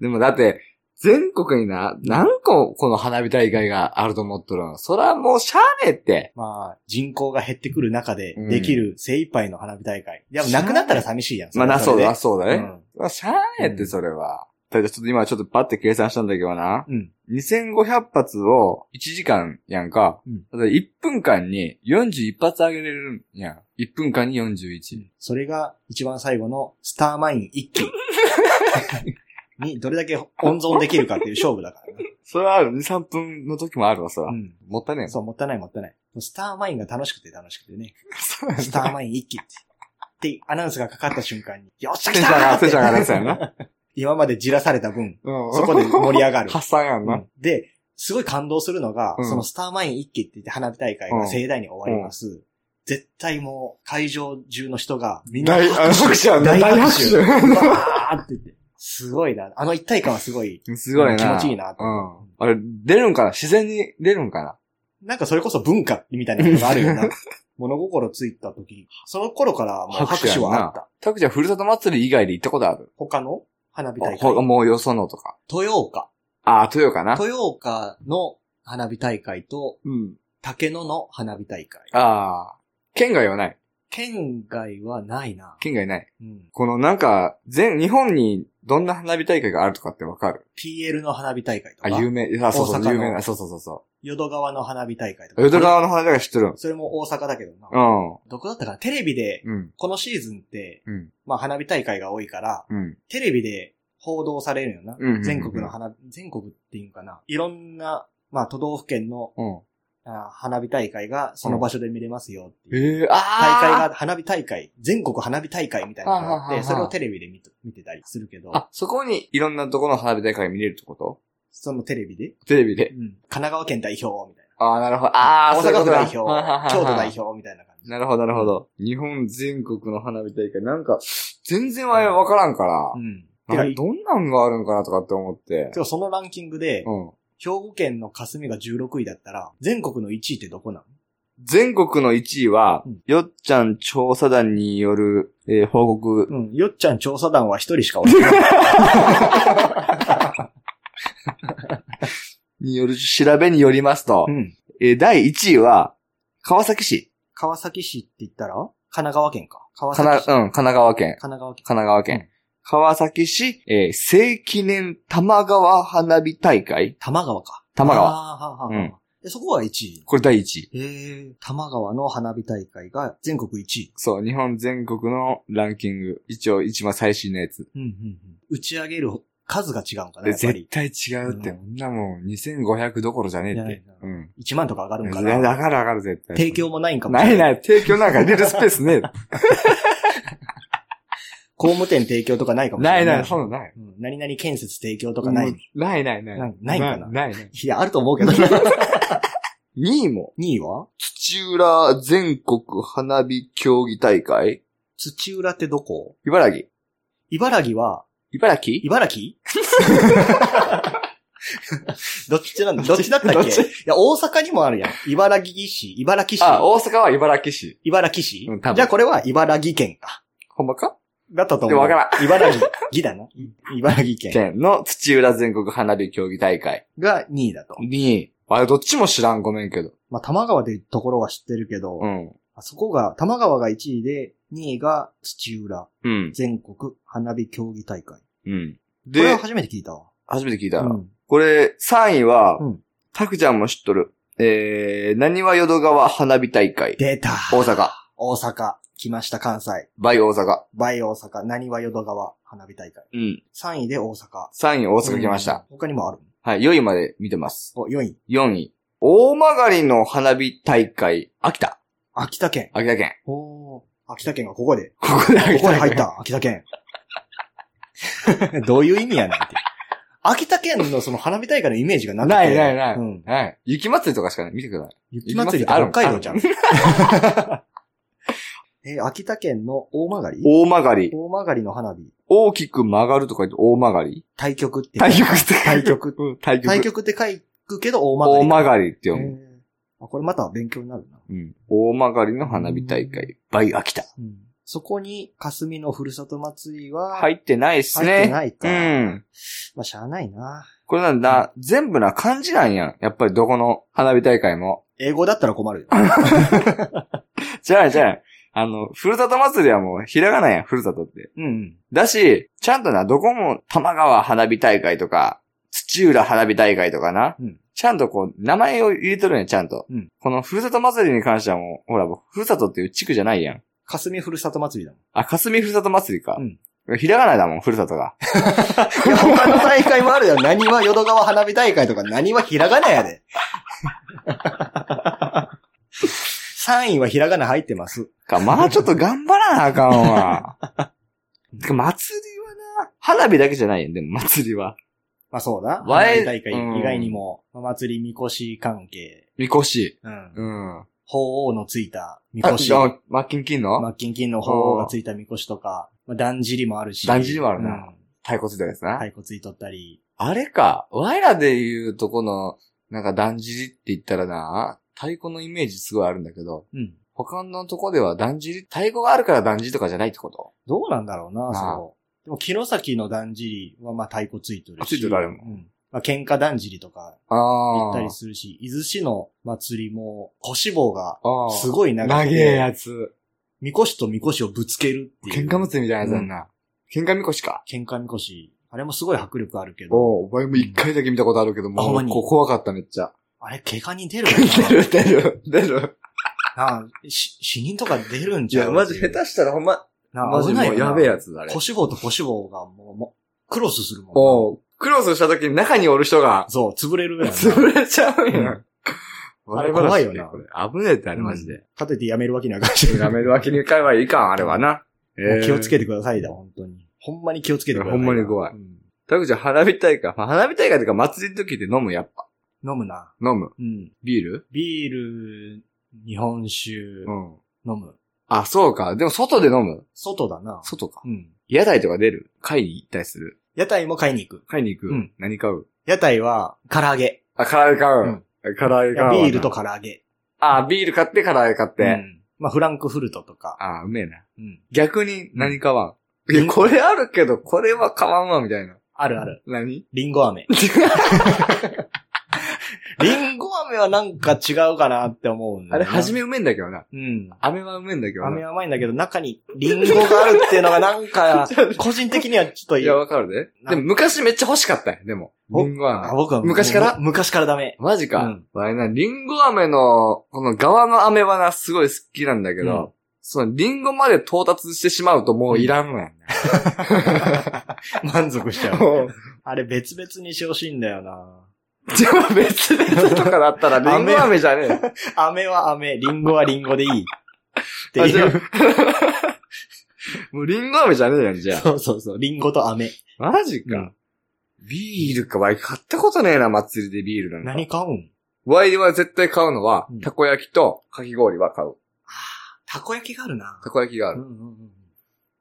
[SPEAKER 1] でもだって、全国にな、何個この花火大会があると思っとるのそらもうしゃあねえって。
[SPEAKER 2] まあ、人口が減ってくる中で
[SPEAKER 1] うん
[SPEAKER 2] できる精一杯の花火大会。いや、なくなったら寂しいやん。
[SPEAKER 1] まあな、そうだ、
[SPEAKER 2] れ
[SPEAKER 1] そうだ
[SPEAKER 2] はれで
[SPEAKER 1] ね。まあしゃあねえって、それは。ただちょっと今ちょっとパッて計算したんだけどな。
[SPEAKER 2] うん。
[SPEAKER 1] 2500発を1時間やんか。
[SPEAKER 2] うん
[SPEAKER 1] だから1分間に41発あげれるんやん。1分間に
[SPEAKER 2] う
[SPEAKER 1] 41。
[SPEAKER 2] ん。それが一番最後のスターマイン 一期にどれだけ温存できるかっていう勝負だからね。
[SPEAKER 1] それはある。2、3分の時もあるわ、そら。
[SPEAKER 2] うん。
[SPEAKER 1] もったいねえもん
[SPEAKER 2] そう、もったいないもったいない。スターマインが楽しくて楽しくてね。
[SPEAKER 1] そうやな
[SPEAKER 2] スターマイン一期って。って、アナウンスがかかった瞬間に、よっしゃ
[SPEAKER 1] テ
[SPEAKER 2] 来
[SPEAKER 1] ン
[SPEAKER 2] た
[SPEAKER 1] ション上が
[SPEAKER 2] ー
[SPEAKER 1] る、テンション上がるやつやんな。
[SPEAKER 2] 今までじらされた分、
[SPEAKER 1] そ
[SPEAKER 2] そこで盛り上がる。
[SPEAKER 1] 発散やんな。
[SPEAKER 2] うんで、すごい感動するのが、
[SPEAKER 1] うん
[SPEAKER 2] そのスターマイン一期って言って花火大会が盛大に終わります。絶対もう会場中の人がみんな
[SPEAKER 1] 大拍手やんな。大拍手。
[SPEAKER 2] う わーって言って。すごいな。あの一体感はすごい。
[SPEAKER 1] すごいな。
[SPEAKER 2] 気持ちいいなと
[SPEAKER 1] うん。あれ、出るんかな自然に出るんかな
[SPEAKER 2] なんかそれこそ文化みたいなことがあ るよな。物心ついた時、その頃からもう拍手はあった。
[SPEAKER 1] 拓ちゃん、ふるさと祭り以外で行ったことある
[SPEAKER 2] 他の花火大
[SPEAKER 1] ほ
[SPEAKER 2] 会。
[SPEAKER 1] もうよそのとか。
[SPEAKER 2] 豊岡。
[SPEAKER 1] ああ、豊かな。
[SPEAKER 2] 豊岡の花火大会と
[SPEAKER 1] うん。
[SPEAKER 2] 竹野の花火大会。
[SPEAKER 1] ああ。県外はない。
[SPEAKER 2] 県外はないな。
[SPEAKER 1] 県外ない。
[SPEAKER 2] うん。
[SPEAKER 1] このなんか、全、日本にどんな花火大会があるとかってわかる
[SPEAKER 2] PL の花火大会と
[SPEAKER 1] あ、
[SPEAKER 2] か、
[SPEAKER 1] 有名、あ、そうそ
[SPEAKER 2] 大阪
[SPEAKER 1] う、
[SPEAKER 2] の
[SPEAKER 1] 有名な、そうそうそうそ
[SPEAKER 2] 淀川の花火大会とか。
[SPEAKER 1] う。淀川の花火大会知ってるん
[SPEAKER 2] それも大阪だけどな。
[SPEAKER 1] う
[SPEAKER 2] どこだったかなテレビで、
[SPEAKER 1] ん。うん。
[SPEAKER 2] このシーズンって、
[SPEAKER 1] うん。
[SPEAKER 2] まあ花火大会が多いから、
[SPEAKER 1] うん。
[SPEAKER 2] テレビで報道されるよな。
[SPEAKER 1] うんうんうん
[SPEAKER 2] 全国の花、全国っていうんかな。いろんな、まあ都道府県の
[SPEAKER 1] うん。
[SPEAKER 2] あ花火大会がその場所で見れますよってい
[SPEAKER 1] え
[SPEAKER 2] う。
[SPEAKER 1] え、あ
[SPEAKER 2] 大会
[SPEAKER 1] あ。
[SPEAKER 2] が、花火大会、全国花火大会みたいなのがあっ
[SPEAKER 1] はあはあは
[SPEAKER 2] て、
[SPEAKER 1] あ
[SPEAKER 2] それをテレビで見て見てたりするけど、
[SPEAKER 1] あ、そこにいろんなとこの花火大会見れるってこと
[SPEAKER 2] そのテレビで、
[SPEAKER 1] テレビで
[SPEAKER 2] う。ん神奈川県代表みたいな。
[SPEAKER 1] ああ、なるほど。ああ、
[SPEAKER 2] 大阪府代表、
[SPEAKER 1] そういうことだ
[SPEAKER 2] 京都代。表みたいな感じ。
[SPEAKER 1] なるほど、なるほど。日本全国の花火大会、なんか、全然あれわからんから
[SPEAKER 2] う、ん。
[SPEAKER 1] なんか
[SPEAKER 2] てか
[SPEAKER 1] どんなんがあるんかなとかって思って
[SPEAKER 2] て。かそのランキングで、
[SPEAKER 1] うん。
[SPEAKER 2] 兵庫県の霞が16位だったら、全国の1位ってどこなの
[SPEAKER 1] 全国の1位は
[SPEAKER 2] うん、
[SPEAKER 1] よっちゃん調査団による、えー報告。
[SPEAKER 2] うん。よっちゃん調査団は1人しかおらない。
[SPEAKER 1] による調べによりますと
[SPEAKER 2] う、ん。
[SPEAKER 1] えー第1位は、川崎市。
[SPEAKER 2] 川崎市って言ったら神奈川県か。川
[SPEAKER 1] か
[SPEAKER 2] 崎
[SPEAKER 1] な、うん、神
[SPEAKER 2] 市。神
[SPEAKER 1] 奈川県。
[SPEAKER 2] 奈川県。
[SPEAKER 1] 神奈川県。川崎市、えー、正記念玉川花火大会。
[SPEAKER 2] 玉川か。
[SPEAKER 1] 玉川
[SPEAKER 2] あーはあはあは
[SPEAKER 1] う
[SPEAKER 2] あ
[SPEAKER 1] ん
[SPEAKER 2] でそこが1位。
[SPEAKER 1] これ第1位。
[SPEAKER 2] ええ。玉川の花火大会が全国1位。
[SPEAKER 1] そう、日本全国のランキング。一応、一番最新のやつ。
[SPEAKER 2] うんうんうん。打ち上げる数が違うんかな、
[SPEAKER 1] で
[SPEAKER 2] やっぱ
[SPEAKER 1] 絶
[SPEAKER 2] り。
[SPEAKER 1] 対違うって、
[SPEAKER 2] うん
[SPEAKER 1] こんなもん2500どころじゃねえっ
[SPEAKER 2] いや
[SPEAKER 1] て
[SPEAKER 2] いや。
[SPEAKER 1] うん。
[SPEAKER 2] 1万とか上がるんか
[SPEAKER 1] いや
[SPEAKER 2] な。
[SPEAKER 1] 上がる上がる絶対。
[SPEAKER 2] 提供もないんかもし
[SPEAKER 1] な
[SPEAKER 2] れない
[SPEAKER 1] い。ない、提供なんか入れるスペースね
[SPEAKER 2] 工務店提供とかない
[SPEAKER 1] え。
[SPEAKER 2] かもしれ
[SPEAKER 1] な
[SPEAKER 2] ないい。
[SPEAKER 1] ない、そんなのない。
[SPEAKER 2] うん何々建設提供とかない。
[SPEAKER 1] うんないないない。
[SPEAKER 2] なんないかな
[SPEAKER 1] ないない。
[SPEAKER 2] いや、あると思 うけど。
[SPEAKER 1] 2位も。
[SPEAKER 2] 2位は
[SPEAKER 1] 土浦全国花火競技大会。
[SPEAKER 2] 土浦ってどこ
[SPEAKER 1] 茨城。
[SPEAKER 2] 茨城は、
[SPEAKER 1] 茨城
[SPEAKER 2] 茨 城どっちなんだどっちだったっ
[SPEAKER 1] どっ
[SPEAKER 2] け
[SPEAKER 1] ち
[SPEAKER 2] いや、大阪にもあるやん。茨城市、茨城市、
[SPEAKER 1] あ、大阪は茨城市。
[SPEAKER 2] 茨城市、
[SPEAKER 1] うん多分
[SPEAKER 2] じゃあこれは茨城県か。
[SPEAKER 1] ほんまか
[SPEAKER 2] だったと
[SPEAKER 1] で
[SPEAKER 2] 思
[SPEAKER 1] も
[SPEAKER 2] う。
[SPEAKER 1] わから
[SPEAKER 2] ん。茨城、ぎ だな。茨城県
[SPEAKER 1] 県の土浦全国花火競技大会。
[SPEAKER 2] が2位だと。
[SPEAKER 1] 2位。あれ、どっちも知らん、ごめんけど。
[SPEAKER 2] まあ、玉川でところは知ってるけど、
[SPEAKER 1] うん。
[SPEAKER 2] あそこが、玉川が1位で、2位が土浦
[SPEAKER 1] うん。
[SPEAKER 2] 全国花火競技大会。
[SPEAKER 1] うん。
[SPEAKER 2] これ
[SPEAKER 1] で
[SPEAKER 2] は、初めて聞いたわ。
[SPEAKER 1] 初めて聞いた
[SPEAKER 2] う
[SPEAKER 1] ら、
[SPEAKER 2] ん。
[SPEAKER 1] これ、3位は
[SPEAKER 2] うん、
[SPEAKER 1] たくちゃんも知っとる。えー、なにわ淀川花火大会。
[SPEAKER 2] 出た。
[SPEAKER 1] 大阪。
[SPEAKER 2] 大阪、来ました、関西。
[SPEAKER 1] バイ大阪。
[SPEAKER 2] バイ大阪、何は淀川花火大会。
[SPEAKER 1] うん。
[SPEAKER 2] 3位で大阪。
[SPEAKER 1] 3位大阪来ました。
[SPEAKER 2] うん。他にもある
[SPEAKER 1] はい、4位まで見てます。
[SPEAKER 2] お、4位。
[SPEAKER 1] 4位。大曲の花火大会、秋田。
[SPEAKER 2] 秋田県。
[SPEAKER 1] 秋田県。
[SPEAKER 2] おー秋田県がここで。
[SPEAKER 1] ここで
[SPEAKER 2] こ
[SPEAKER 1] 秋
[SPEAKER 2] こ
[SPEAKER 1] 田
[SPEAKER 2] で入っ
[SPEAKER 1] 県。
[SPEAKER 2] た、秋田県。 どういう意味やねんって。秋田県のその花火大会のイメージがなくて。
[SPEAKER 1] ないないない
[SPEAKER 2] うん。
[SPEAKER 1] はい。雪祭りとかしかない。見てください。
[SPEAKER 2] 雪祭りって北海道じゃん
[SPEAKER 1] あ。
[SPEAKER 2] え、秋田県の大曲
[SPEAKER 1] 大曲
[SPEAKER 2] 大曲の花火。
[SPEAKER 1] 大きく曲がるとか言って大曲
[SPEAKER 2] 対局って。
[SPEAKER 1] 対局して
[SPEAKER 2] 対局。
[SPEAKER 1] うん、対局。
[SPEAKER 2] 対局って書くけど大曲。
[SPEAKER 1] 大曲って
[SPEAKER 2] へ
[SPEAKER 1] 読む。
[SPEAKER 2] ーあこれまた勉強になるな。
[SPEAKER 1] うん。大曲りの花火大会、バイ秋田。
[SPEAKER 2] うん。そこに、霞のふるさと祭りは、
[SPEAKER 1] 入ってないっすね。
[SPEAKER 2] 入って
[SPEAKER 1] う
[SPEAKER 2] ないか
[SPEAKER 1] ん。
[SPEAKER 2] まあ、しゃあないな。
[SPEAKER 1] これなんだ、全部な感じなんやん。やっぱりどこの花火大会も。
[SPEAKER 2] 英語だったら困るよ。
[SPEAKER 1] じゃあじゃあ、あの、ふるさと祭りはもうひらがなやん、ふるさとって。
[SPEAKER 2] うん。
[SPEAKER 1] だし、ちゃんとな、どこも玉川花火大会とか、土浦花火大会とかな。
[SPEAKER 2] うん
[SPEAKER 1] ちゃんとこう、名前を入れとるんや、ちゃんと。
[SPEAKER 2] うん
[SPEAKER 1] このふるさと祭りに関してはもう、ほら、もうふるさとっていう地区じゃないやん。
[SPEAKER 2] 霞ふるさと祭りだもん。
[SPEAKER 1] あ、霞ふるさと祭りか。
[SPEAKER 2] うん
[SPEAKER 1] ひらがなだもん、ふるさとが。
[SPEAKER 2] いや、他の大会もあるよ。何は淀川花火大会とか、何はひらがなやで。3位はひらがな入ってます。
[SPEAKER 1] か、まあちょっと頑張らなあかんわ。てか祭りはな、花火だけじゃないやん、でも祭りは。
[SPEAKER 2] まあそうだ。
[SPEAKER 1] わ
[SPEAKER 2] 花
[SPEAKER 1] え
[SPEAKER 2] 火大会以外にも、まあ祭りみこし関係、
[SPEAKER 1] みこし。
[SPEAKER 2] うん。
[SPEAKER 1] うん。あ、
[SPEAKER 2] 法王のついたみこし
[SPEAKER 1] じ、ゃあ、マッキンキンの、
[SPEAKER 2] マッキンキンの法王がついたみこしとか、まあ、だんじりもあるし。
[SPEAKER 1] だんじりもあるな
[SPEAKER 2] うん
[SPEAKER 1] 太鼓ついたやつな。
[SPEAKER 2] 太鼓ついとったり。
[SPEAKER 1] あれか。我らで言うとこの、なんか、だんじりって言ったらな、太鼓のイメージすごいあるんだけど、
[SPEAKER 2] うん。
[SPEAKER 1] 他のとこではだんじり、太鼓があるからだんじりとかじゃないってこと
[SPEAKER 2] どうなんだろうな、
[SPEAKER 1] あ
[SPEAKER 2] その。でも、城崎のだんじりは、まあ、太鼓ついてる
[SPEAKER 1] あ
[SPEAKER 2] し。
[SPEAKER 1] ついてるあれも
[SPEAKER 2] うん。まあ、喧嘩だんじりとか、行
[SPEAKER 1] あ
[SPEAKER 2] ったりするし、伊豆市の祭りも、腰棒が、
[SPEAKER 1] あ
[SPEAKER 2] す
[SPEAKER 1] い。
[SPEAKER 2] ごい長
[SPEAKER 1] 長
[SPEAKER 2] く
[SPEAKER 1] え
[SPEAKER 2] て
[SPEAKER 1] やつ。
[SPEAKER 2] みこしとみこしをぶつけるってい
[SPEAKER 1] 喧
[SPEAKER 2] う。
[SPEAKER 1] 嘩祭りみたいなやつだな。喧嘩みこしか。
[SPEAKER 2] 喧嘩みこし。あれもすごい迫力あるけど、
[SPEAKER 1] おうお前も一回だけ見たことあるけど、
[SPEAKER 2] あほん
[SPEAKER 1] も
[SPEAKER 2] ま
[SPEAKER 1] う、
[SPEAKER 2] に
[SPEAKER 1] こ怖かっためっ ちゃ。
[SPEAKER 2] あれ、怪我に出るか
[SPEAKER 1] 出る、出る、出る。
[SPEAKER 2] ななあし死人とか出るん
[SPEAKER 1] い
[SPEAKER 2] じゃ
[SPEAKER 1] や、
[SPEAKER 2] ん。
[SPEAKER 1] マジ下手したらほんま、
[SPEAKER 2] なあ
[SPEAKER 1] マジ
[SPEAKER 2] 危
[SPEAKER 1] も
[SPEAKER 2] ないよ
[SPEAKER 1] う
[SPEAKER 2] な。
[SPEAKER 1] やべえやつだ、あれ。
[SPEAKER 2] 腰棒と腰棒がもう、もうクロスするもんな。
[SPEAKER 1] おうクロスした時に中におる人が、
[SPEAKER 2] そう、潰れるやん な
[SPEAKER 1] 潰れちゃうん
[SPEAKER 2] う
[SPEAKER 1] や
[SPEAKER 2] ん。
[SPEAKER 1] 我
[SPEAKER 2] あれ
[SPEAKER 1] 々
[SPEAKER 2] 怖いよな
[SPEAKER 1] これ危ねえってあれマジで。
[SPEAKER 2] かといってやめるわけにはいかんし。
[SPEAKER 1] やめるわけにいかんはいかん、あれは な。
[SPEAKER 2] もう気をつけ
[SPEAKER 1] て。
[SPEAKER 2] てくださいだ、本当に。ほんまに気をつけてください。
[SPEAKER 1] ほんまに怖い
[SPEAKER 2] うん
[SPEAKER 1] たくちゃん花火大会。まあ花火大会とか祭りの時って飲む、やっぱ。
[SPEAKER 2] 飲むな。
[SPEAKER 1] 飲む。
[SPEAKER 2] うん。
[SPEAKER 1] ビール
[SPEAKER 2] ビール、日本酒、
[SPEAKER 1] ん。
[SPEAKER 2] 飲む。
[SPEAKER 1] あ、そうか。でも外で飲む。
[SPEAKER 2] 外だな。
[SPEAKER 1] 外か
[SPEAKER 2] う。ん。
[SPEAKER 1] 屋台とか出る。買いに行ったりする。
[SPEAKER 2] 屋台も買いに行く。
[SPEAKER 1] 買いに行く。
[SPEAKER 2] うん
[SPEAKER 1] 何買う
[SPEAKER 2] 屋台は、唐揚げ。
[SPEAKER 1] あ、唐揚げ買う。唐揚げ
[SPEAKER 2] ビ
[SPEAKER 1] 買うわな。
[SPEAKER 2] ールと唐揚げ。
[SPEAKER 1] あ、ビール買って唐揚げ買って。
[SPEAKER 2] うんまあ、フランクフルトとか。
[SPEAKER 1] あ、うめえな。
[SPEAKER 2] うん。
[SPEAKER 1] 逆に何買わん。
[SPEAKER 2] ん
[SPEAKER 1] いや、これあるけど、これは買わんわ、みたいな。
[SPEAKER 2] あるある。
[SPEAKER 1] 何
[SPEAKER 2] リンゴ 飴。リンゴ飴はなんか違うかなって思うんだ
[SPEAKER 1] あ
[SPEAKER 2] よ
[SPEAKER 1] れ、
[SPEAKER 2] な
[SPEAKER 1] 初めうめえんだけどな。
[SPEAKER 2] うん。
[SPEAKER 1] 飴はうめえんだけどな。
[SPEAKER 2] 飴は甘いんだけど、中にリンゴがあるっていうのがな んか、個人的にはちょっとい
[SPEAKER 1] い
[SPEAKER 2] い
[SPEAKER 1] や、わかるで。
[SPEAKER 2] なん
[SPEAKER 1] でも昔めっちゃ欲しかったよ、でも。リ
[SPEAKER 2] お
[SPEAKER 1] ンゴ
[SPEAKER 2] あ
[SPEAKER 1] 飴。
[SPEAKER 2] 僕は
[SPEAKER 1] 昔から
[SPEAKER 2] む昔からダ メ。
[SPEAKER 1] マジ
[SPEAKER 2] う
[SPEAKER 1] か
[SPEAKER 2] ん。
[SPEAKER 1] わいな、リンゴ飴の、この側の飴はな、すごい好きなんだけ
[SPEAKER 2] うん
[SPEAKER 1] ど、そのリンゴまで到達してしまうともういらんわよね。
[SPEAKER 2] 満足しちゃう。あれ別々にしてほしいんだよな。
[SPEAKER 1] じゃあ別 々とかだったらリンゴ飴じゃねえよ。
[SPEAKER 2] 飴は飴、リンゴはリンゴでいい。って
[SPEAKER 1] あじ
[SPEAKER 2] い
[SPEAKER 1] ゃ
[SPEAKER 2] う。
[SPEAKER 1] あ もうリンゴ飴じゃねえやん、じゃあ。
[SPEAKER 2] そうそうそう。リンゴと飴。
[SPEAKER 1] マジ
[SPEAKER 2] う
[SPEAKER 1] か
[SPEAKER 2] ん。
[SPEAKER 1] ビールか、ワイ買ったことねえな、祭りでビールなんか。
[SPEAKER 2] 何買うん
[SPEAKER 1] ワイは絶対買うのは
[SPEAKER 2] うん、
[SPEAKER 1] たこ焼きとかき氷は買う。
[SPEAKER 2] たこ焼きがあるな。
[SPEAKER 1] たこ焼きがあ
[SPEAKER 2] うん
[SPEAKER 1] る。
[SPEAKER 2] うんうん。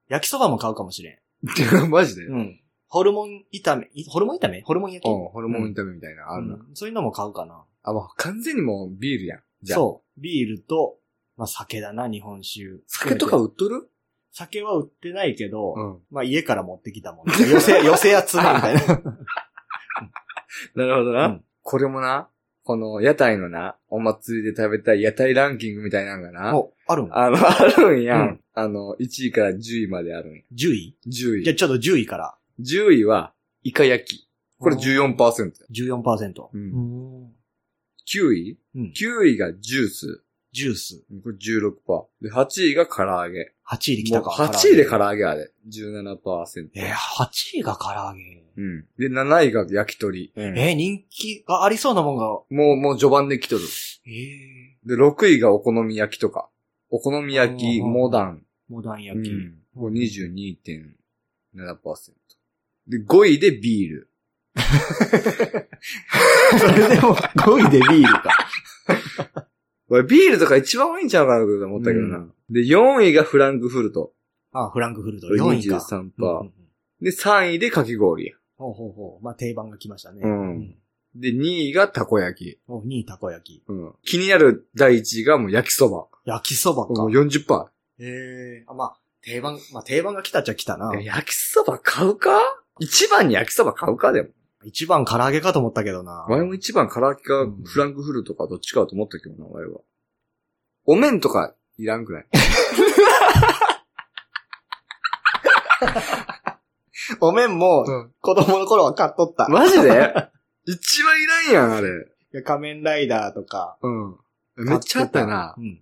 [SPEAKER 2] 焼きそばも買うかもしれん。
[SPEAKER 1] マジで
[SPEAKER 2] うん。ホルモン炒め、いホルモン炒めホルモン焼き
[SPEAKER 1] うん、ホルモン炒めみたいな、あるな。
[SPEAKER 2] うんそういうのも買うかな。
[SPEAKER 1] あ、もう完全にもうビールやん。じゃあ。
[SPEAKER 2] そう。ビールと、まあ酒だな、日本酒。
[SPEAKER 1] 酒とか売っとる
[SPEAKER 2] 酒は売ってないけど、
[SPEAKER 1] ん。
[SPEAKER 2] まあ家から持ってきたもん。寄 せ、寄せ集めみたいな。
[SPEAKER 1] なるほどな。
[SPEAKER 2] うん
[SPEAKER 1] これもな、この屋台のな、お祭りで食べたい屋台ランキングみたいなのがな、
[SPEAKER 2] お、あるん
[SPEAKER 1] あの、 あるんやん。
[SPEAKER 2] うん
[SPEAKER 1] あの、1位から10位まであるんや。
[SPEAKER 2] ?10 位
[SPEAKER 1] 10
[SPEAKER 2] じゃあ
[SPEAKER 1] 位。
[SPEAKER 2] ちょっと10位から。
[SPEAKER 1] 10位は、イカ焼き。これ
[SPEAKER 2] 14%。
[SPEAKER 1] 14%。う
[SPEAKER 2] うん。
[SPEAKER 1] 9位
[SPEAKER 2] うん。
[SPEAKER 1] ?9 位がジュース。
[SPEAKER 2] ジュース。
[SPEAKER 1] これ16%。で、8位が唐揚げ。
[SPEAKER 2] 8位で来たか。
[SPEAKER 1] もう8位で
[SPEAKER 2] か
[SPEAKER 1] 唐揚げあれ。17%。
[SPEAKER 2] えー、8位が唐揚げ。
[SPEAKER 1] うん。で、7位が焼き鳥。
[SPEAKER 2] えー、人気がありそうなもんが。
[SPEAKER 1] もう、もう序盤で来とる。
[SPEAKER 2] ええ
[SPEAKER 1] で、6位がお好み焼きとか。お好み焼き、
[SPEAKER 2] うん
[SPEAKER 1] モダン。
[SPEAKER 2] モダン
[SPEAKER 1] う
[SPEAKER 2] 焼き。
[SPEAKER 1] ん。これ22.7%。で、5位でビール。
[SPEAKER 2] それでも5位で ビールか。
[SPEAKER 1] 俺、ビールとか一番多いんちゃうかなと思ったけどな。
[SPEAKER 2] う
[SPEAKER 1] で、4位がフランクフルト。
[SPEAKER 2] あ、フランクフルト。
[SPEAKER 1] これ
[SPEAKER 2] 4位か。
[SPEAKER 1] 23%
[SPEAKER 2] うんうんうん
[SPEAKER 1] で、3位でかき氷や。
[SPEAKER 2] ほうほうほう。まあ定番が来ましたね。
[SPEAKER 1] うんで、2位がたこ焼き。
[SPEAKER 2] お、2位たこ焼き。
[SPEAKER 1] うん。気になる第1位がもう焼きそば。
[SPEAKER 2] 焼きそば
[SPEAKER 1] もう
[SPEAKER 2] か。
[SPEAKER 1] 40%。
[SPEAKER 2] ええあ、まあ、定番、まあ定番が来たっちゃ来たな。
[SPEAKER 1] え焼きそば買うか一番に焼きそば買うかでも。
[SPEAKER 2] 一番唐揚げかと思ったけどな。
[SPEAKER 1] 俺も一番唐揚げか
[SPEAKER 2] うん
[SPEAKER 1] フランクフルトかどっちかと思ったけどな、俺は。お麺とかいらんくない
[SPEAKER 2] お麺も、
[SPEAKER 1] ん。
[SPEAKER 2] 子供の頃は買っとった。
[SPEAKER 1] マジ で一番いらんやん、あれ。
[SPEAKER 2] いや仮面ライダーとか。
[SPEAKER 1] うん。めっちゃあったな
[SPEAKER 2] う。ん。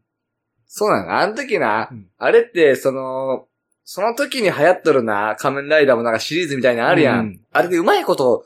[SPEAKER 1] そうなの。あの時な、
[SPEAKER 2] うん
[SPEAKER 1] あれって、その、その時に流行っとるな、仮面ライダーもなんかシリーズみたいなのあるやん。
[SPEAKER 2] うん
[SPEAKER 1] あれでうまいこと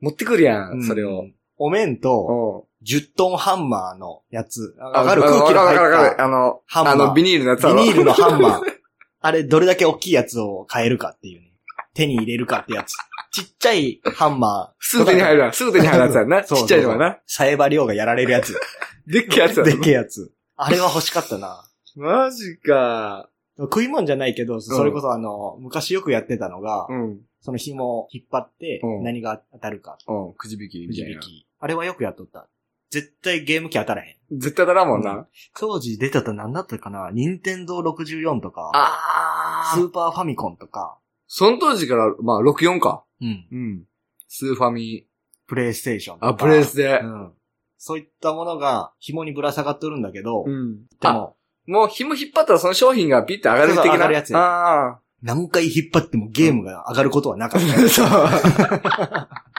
[SPEAKER 1] 持ってくるやん、
[SPEAKER 2] うん
[SPEAKER 1] それを。
[SPEAKER 2] お麺と、
[SPEAKER 1] うん
[SPEAKER 2] 10トンハンマーのやつ。上がる空気の
[SPEAKER 1] わかるわかる
[SPEAKER 2] 入
[SPEAKER 1] わ
[SPEAKER 2] っ
[SPEAKER 1] かるあの、
[SPEAKER 2] ハンマー
[SPEAKER 1] あの、ビニールのやつだ
[SPEAKER 2] た
[SPEAKER 1] ろ
[SPEAKER 2] ビニールのハンマー。 あれ、どれだけ大きいやつを買えるかっていうね。手に入れるかってやつ。ちっちゃいハンマー。
[SPEAKER 1] すぐ手に入る やん。すぐ手に入るやつやんな。ち
[SPEAKER 2] そうそう
[SPEAKER 1] っちゃいのはな。
[SPEAKER 2] サイバリオがやられるやつ。
[SPEAKER 1] でっ けえやつや
[SPEAKER 2] で
[SPEAKER 1] ろ
[SPEAKER 2] っけえやつ。あれは欲しかったな。
[SPEAKER 1] マジか。
[SPEAKER 2] 食い物じゃないけど、それこそあの、昔よくやってたのが、
[SPEAKER 1] うん。
[SPEAKER 2] その紐を引っ張って
[SPEAKER 1] うん、
[SPEAKER 2] 何が当たるか、
[SPEAKER 1] うん。くじ引きみ
[SPEAKER 2] くじ
[SPEAKER 1] たい
[SPEAKER 2] 引
[SPEAKER 1] な。
[SPEAKER 2] き。あれはよくやっとった。絶対ゲーム機当たらへん。
[SPEAKER 1] 絶対だらんもんな。
[SPEAKER 2] うん当時出てた何だったかな任天堂64とか、
[SPEAKER 1] あ
[SPEAKER 2] スーパーファミコンとか、
[SPEAKER 1] その当時から、まあ、64か。
[SPEAKER 2] うん。
[SPEAKER 1] うん。スーファミ。
[SPEAKER 2] プレイステーションとか。
[SPEAKER 1] あ、プレイスで
[SPEAKER 2] う。ん。そういったものが紐にぶら下がっとるんだけど、
[SPEAKER 1] ん。
[SPEAKER 2] でも、
[SPEAKER 1] もう紐引っ張ったらその商品がピッて上がる的
[SPEAKER 2] そ
[SPEAKER 1] な。
[SPEAKER 2] うそう上がるやつや
[SPEAKER 1] あ
[SPEAKER 2] 何回引っ張ってもゲームが上がることはなかっ
[SPEAKER 1] あ。 そ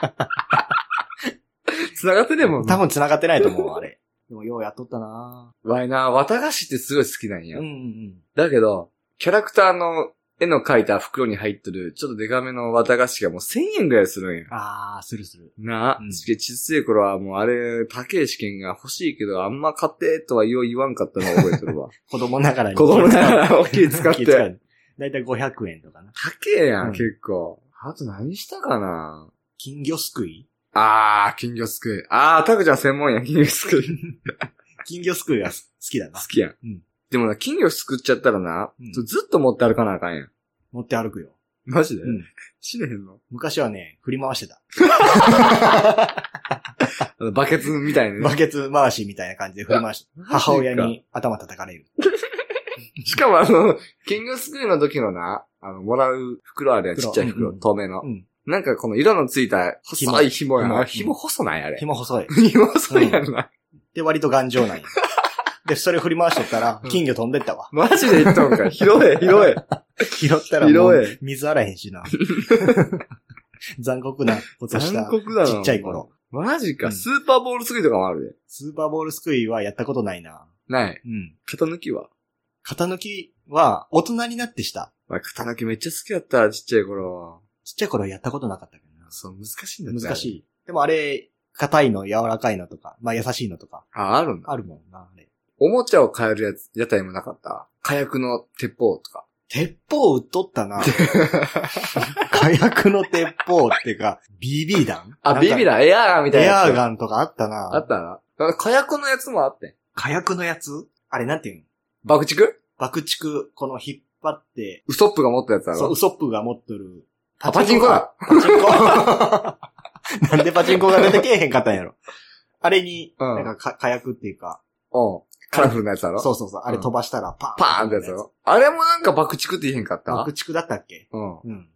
[SPEAKER 1] う。繋がってねえもん
[SPEAKER 2] た。多分繋がってないと思う、あれ。でもようやっとったな
[SPEAKER 1] わいな、綿菓子ってすごい好きなん
[SPEAKER 2] うん
[SPEAKER 1] や。
[SPEAKER 2] うんうん。
[SPEAKER 1] だけど、キャラクターの絵の描いた袋に入ってる、ちょっとデカめの綿菓子がもう1000円ぐらいするんや。
[SPEAKER 2] あー、するする。
[SPEAKER 1] なあ、
[SPEAKER 2] うん
[SPEAKER 1] ちっちゃい頃はもうあれ、高い試験が欲しいけど、あんま買ってとはよう言わんかったのを覚えてるわ。
[SPEAKER 2] 子供ながらに。
[SPEAKER 1] 子供ながら大きい使っ
[SPEAKER 2] 気使
[SPEAKER 1] て。
[SPEAKER 2] う。だいたい500円とか な。
[SPEAKER 1] 高えやん、
[SPEAKER 2] うん
[SPEAKER 1] 結構。あと何したかな
[SPEAKER 2] 金魚すくい
[SPEAKER 1] あー、金魚すくい。あー、タクちゃん専門や、金魚すくい。
[SPEAKER 2] 金魚すくいはす好きだな
[SPEAKER 1] 好。きやん。
[SPEAKER 2] うん
[SPEAKER 1] でもな、金魚すくっちゃったらな、
[SPEAKER 2] うん
[SPEAKER 1] ずっと持って歩かなあかんやん。
[SPEAKER 2] 持って歩くよ。
[SPEAKER 1] マジで、
[SPEAKER 2] うん
[SPEAKER 1] 死ねへんの
[SPEAKER 2] 昔はね、振り回してた。
[SPEAKER 1] あのバケツみたいな
[SPEAKER 2] バ
[SPEAKER 1] ね。
[SPEAKER 2] ケツ回しみたいな感じで振り回して、母親に頭叩かれる。
[SPEAKER 1] しかもあの、金魚すくいの時のな、あの、もらう袋あるやん、ちっ
[SPEAKER 2] 袋
[SPEAKER 1] ちゃい袋、
[SPEAKER 2] うん
[SPEAKER 1] 透明の、
[SPEAKER 2] うん。
[SPEAKER 1] なんかこの色のついた細い紐やな。
[SPEAKER 2] 紐
[SPEAKER 1] 紐細ないあれ。
[SPEAKER 2] 紐細い。
[SPEAKER 1] 紐細いやんな。
[SPEAKER 2] で、割と頑丈なんよ。で、それ振り回しとったら
[SPEAKER 1] うん、
[SPEAKER 2] 金魚飛んでったわ。
[SPEAKER 1] マジで言ったん か。拾え、拾え。
[SPEAKER 2] 拾ったらも
[SPEAKER 1] 広
[SPEAKER 2] う
[SPEAKER 1] い、
[SPEAKER 2] 水あらへんしな。 残酷なことした
[SPEAKER 1] 残。酷だな。
[SPEAKER 2] ちっちゃい頃。
[SPEAKER 1] マジか、
[SPEAKER 2] うん
[SPEAKER 1] スーパーボールすくいとかもある
[SPEAKER 2] スーパーボールすくいはやったことないな。
[SPEAKER 1] で。ない。
[SPEAKER 2] うん。
[SPEAKER 1] 肩抜きは。
[SPEAKER 2] 肩抜きは、大人になってした。
[SPEAKER 1] まあ、肩抜きめっちゃ好きだった、ちっちゃい頃は。
[SPEAKER 2] ちっちゃい頃やったことなかったけどな。
[SPEAKER 1] そう、難しいんだ
[SPEAKER 2] 難し
[SPEAKER 1] い。
[SPEAKER 2] い。でもあれ、硬いの、柔らかいのとか、まあ優しいのとか、
[SPEAKER 1] あ、あるんだ。
[SPEAKER 2] あるもんな、あれ。
[SPEAKER 1] おもちゃを買えるやつ、屋台もなかった。火薬の鉄砲とか。
[SPEAKER 2] 鉄砲撃っとっ たな。火薬の鉄砲っていうか、BB 弾
[SPEAKER 1] あ、ビビ
[SPEAKER 2] 弾
[SPEAKER 1] だ、エアーガンみたいな
[SPEAKER 2] エ
[SPEAKER 1] やつ。
[SPEAKER 2] アーガンとかあったな。
[SPEAKER 1] あったな。なんか火薬のやつもあってん。
[SPEAKER 2] 火薬のやつあれなんていうの
[SPEAKER 1] 爆竹
[SPEAKER 2] 爆竹、この引っ張って、
[SPEAKER 1] ウソップが持ったやつだ
[SPEAKER 2] そう、
[SPEAKER 1] ろ
[SPEAKER 2] ウソップが持っとる。
[SPEAKER 1] あパチンコだ
[SPEAKER 2] パチンコ。 なんでパチンコが出てけえへんかったんやろ。あれに、
[SPEAKER 1] うん
[SPEAKER 2] なんかか火薬っていうか、
[SPEAKER 1] うん。カラフルなやつだろ
[SPEAKER 2] そうそうそう、あれ飛ばしたらパーン
[SPEAKER 1] パーンってやつだろあれもなんか爆竹って言えへんかった
[SPEAKER 2] 爆竹だったっけ
[SPEAKER 1] うん。
[SPEAKER 2] うん。